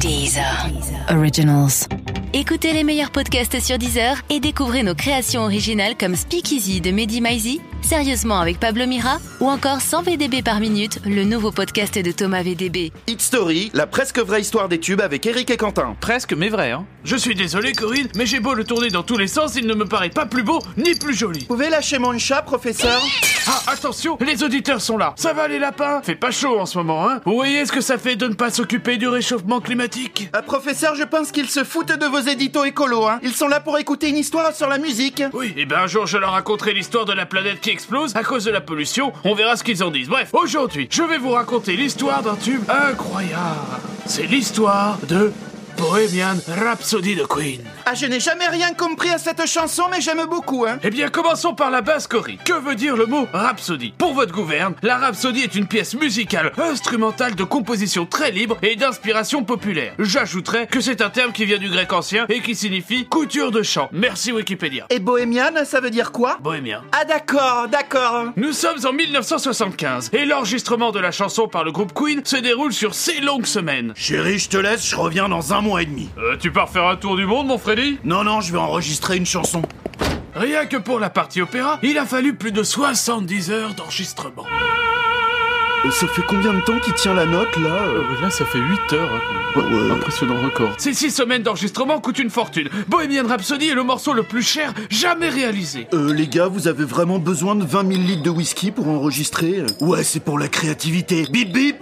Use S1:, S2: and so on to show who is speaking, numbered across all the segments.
S1: Deezer. Originals. Écoutez les meilleurs podcasts sur Deezer et découvrez nos créations originales comme Speakeasy de Mehdi Maizi, Sérieusement avec Pablo Mira ou encore 100 VDB par minute, le nouveau podcast de Thomas VDB.
S2: Hit Story, la presque vraie histoire des tubes avec Eric et Quentin.
S3: Presque, mais vrai, hein.
S4: Je suis désolé, Corinne, mais j'ai beau le tourner dans tous les sens, il ne me paraît pas plus beau ni plus joli.
S2: Vous pouvez lâcher mon chat, professeur
S4: Ah, attention, les auditeurs sont là. Ça va, les lapins Fait pas chaud en ce moment, hein Vous voyez ce que ça fait de ne pas s'occuper du réchauffement climatique
S2: Ah, Professeur, je pense qu'ils se foutent de vos éditos écolos, hein. Ils sont là pour écouter une histoire sur la musique.
S4: Oui, et ben un jour je leur raconterai l'histoire de la planète qui explose à cause de la pollution, on verra ce qu'ils en disent. Bref, aujourd'hui, je vais vous raconter l'histoire d'un tube incroyable. C'est l'histoire de Bohemian Rhapsody de Queen.
S2: Ah, je n'ai jamais rien compris à cette chanson, mais j'aime beaucoup, hein.
S4: Eh bien, commençons par la base, Cory. Que veut dire le mot rhapsodie Pour votre gouverne, la rhapsodie est une pièce musicale, instrumentale de composition très libre et d'inspiration populaire. J'ajouterai que c'est un terme qui vient du grec ancien et qui signifie couture de chant. Merci Wikipédia.
S2: Et bohémienne, ça veut dire quoi
S4: Bohémien.
S2: Ah, d'accord, d'accord.
S4: Nous sommes en 1975 et l'enregistrement de la chanson par le groupe Queen se déroule sur ces longues semaines.
S5: Chérie, je te laisse, je reviens dans un mois et demi.
S4: Euh, tu pars faire un tour du monde, mon Freddy
S5: Non, non, je vais enregistrer une chanson.
S4: Rien que pour la partie opéra, il a fallu plus de 70 heures d'enregistrement.
S5: Euh, Ça fait combien de temps qu'il tient la note, là euh
S3: Euh, Là, ça fait 8 heures. hein. Impressionnant record.
S4: Ces six semaines d'enregistrement coûtent une fortune. Bohemian Rhapsody est le morceau le plus cher jamais réalisé.
S5: Euh, les gars, vous avez vraiment besoin de 20 000 litres de whisky pour
S2: euh
S5: enregistrer Ouais, c'est pour la créativité. Bip bip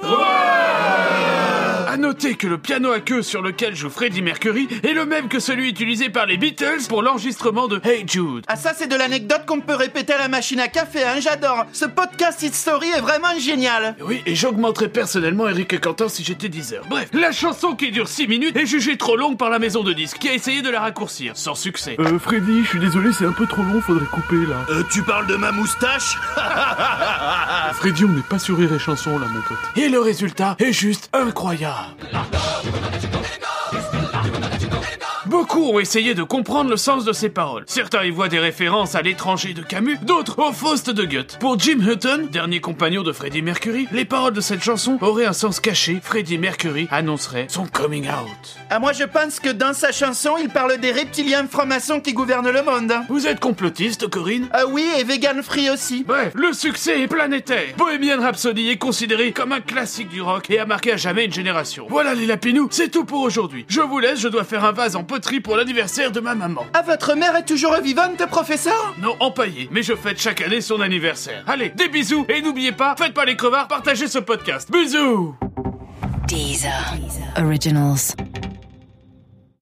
S4: À noter que le piano à queue sur lequel joue Freddie Mercury est le même que celui utilisé par les Beatles pour l'enregistrement de Hey Jude.
S2: Ah, ça, c'est de l'anecdote qu'on peut répéter à la machine à café, hein. J'adore. Ce podcast Hit Story est vraiment génial.
S4: Et Eh Oui, et j'augmenterais personnellement Eric et Quentin si j'étais 10 heures. Bref, la chanson qui dure 6 minutes est jugée trop longue par la maison de disques qui a essayé de la raccourcir, sans succès.
S3: Euh, Freddy, je suis désolé, c'est un peu trop long, faudrait couper là.
S5: Euh, Tu parles de ma moustache
S3: Freddy, on n'est pas sur Rire et Chanson là, mon pote.
S4: Et le résultat est juste incroyable. Beaucoup ont essayé de comprendre le sens de ces paroles. Certains y voient des références à l'étranger de Camus, d'autres au Faust de Goethe. Pour Jim Hutton, dernier compagnon de Freddie Mercury, les paroles de cette chanson auraient un sens caché. Freddie Mercury annoncerait son coming out.
S2: Ah, moi, je pense que dans sa chanson, il parle des reptiliens francs-maçons qui gouvernent le monde.
S4: Vous êtes complotiste, Corinne
S2: Ah oui, et vegan free aussi.
S4: Bref, le succès est planétaire. Bohemian Rhapsody est considéré comme un classique du rock et a marqué à jamais une génération. Voilà les lapinous, c'est tout pour aujourd'hui. Je vous laisse, je dois faire un vase en poterie pour l'anniversaire de ma maman.
S2: Ah, votre mère est toujours vivante, professeur
S4: Non, empaillé, mais je fête chaque année son anniversaire. Allez, des bisous et n'oubliez pas, faites pas les crevards, partagez ce podcast. Bisous
S1: Deezer. Originals.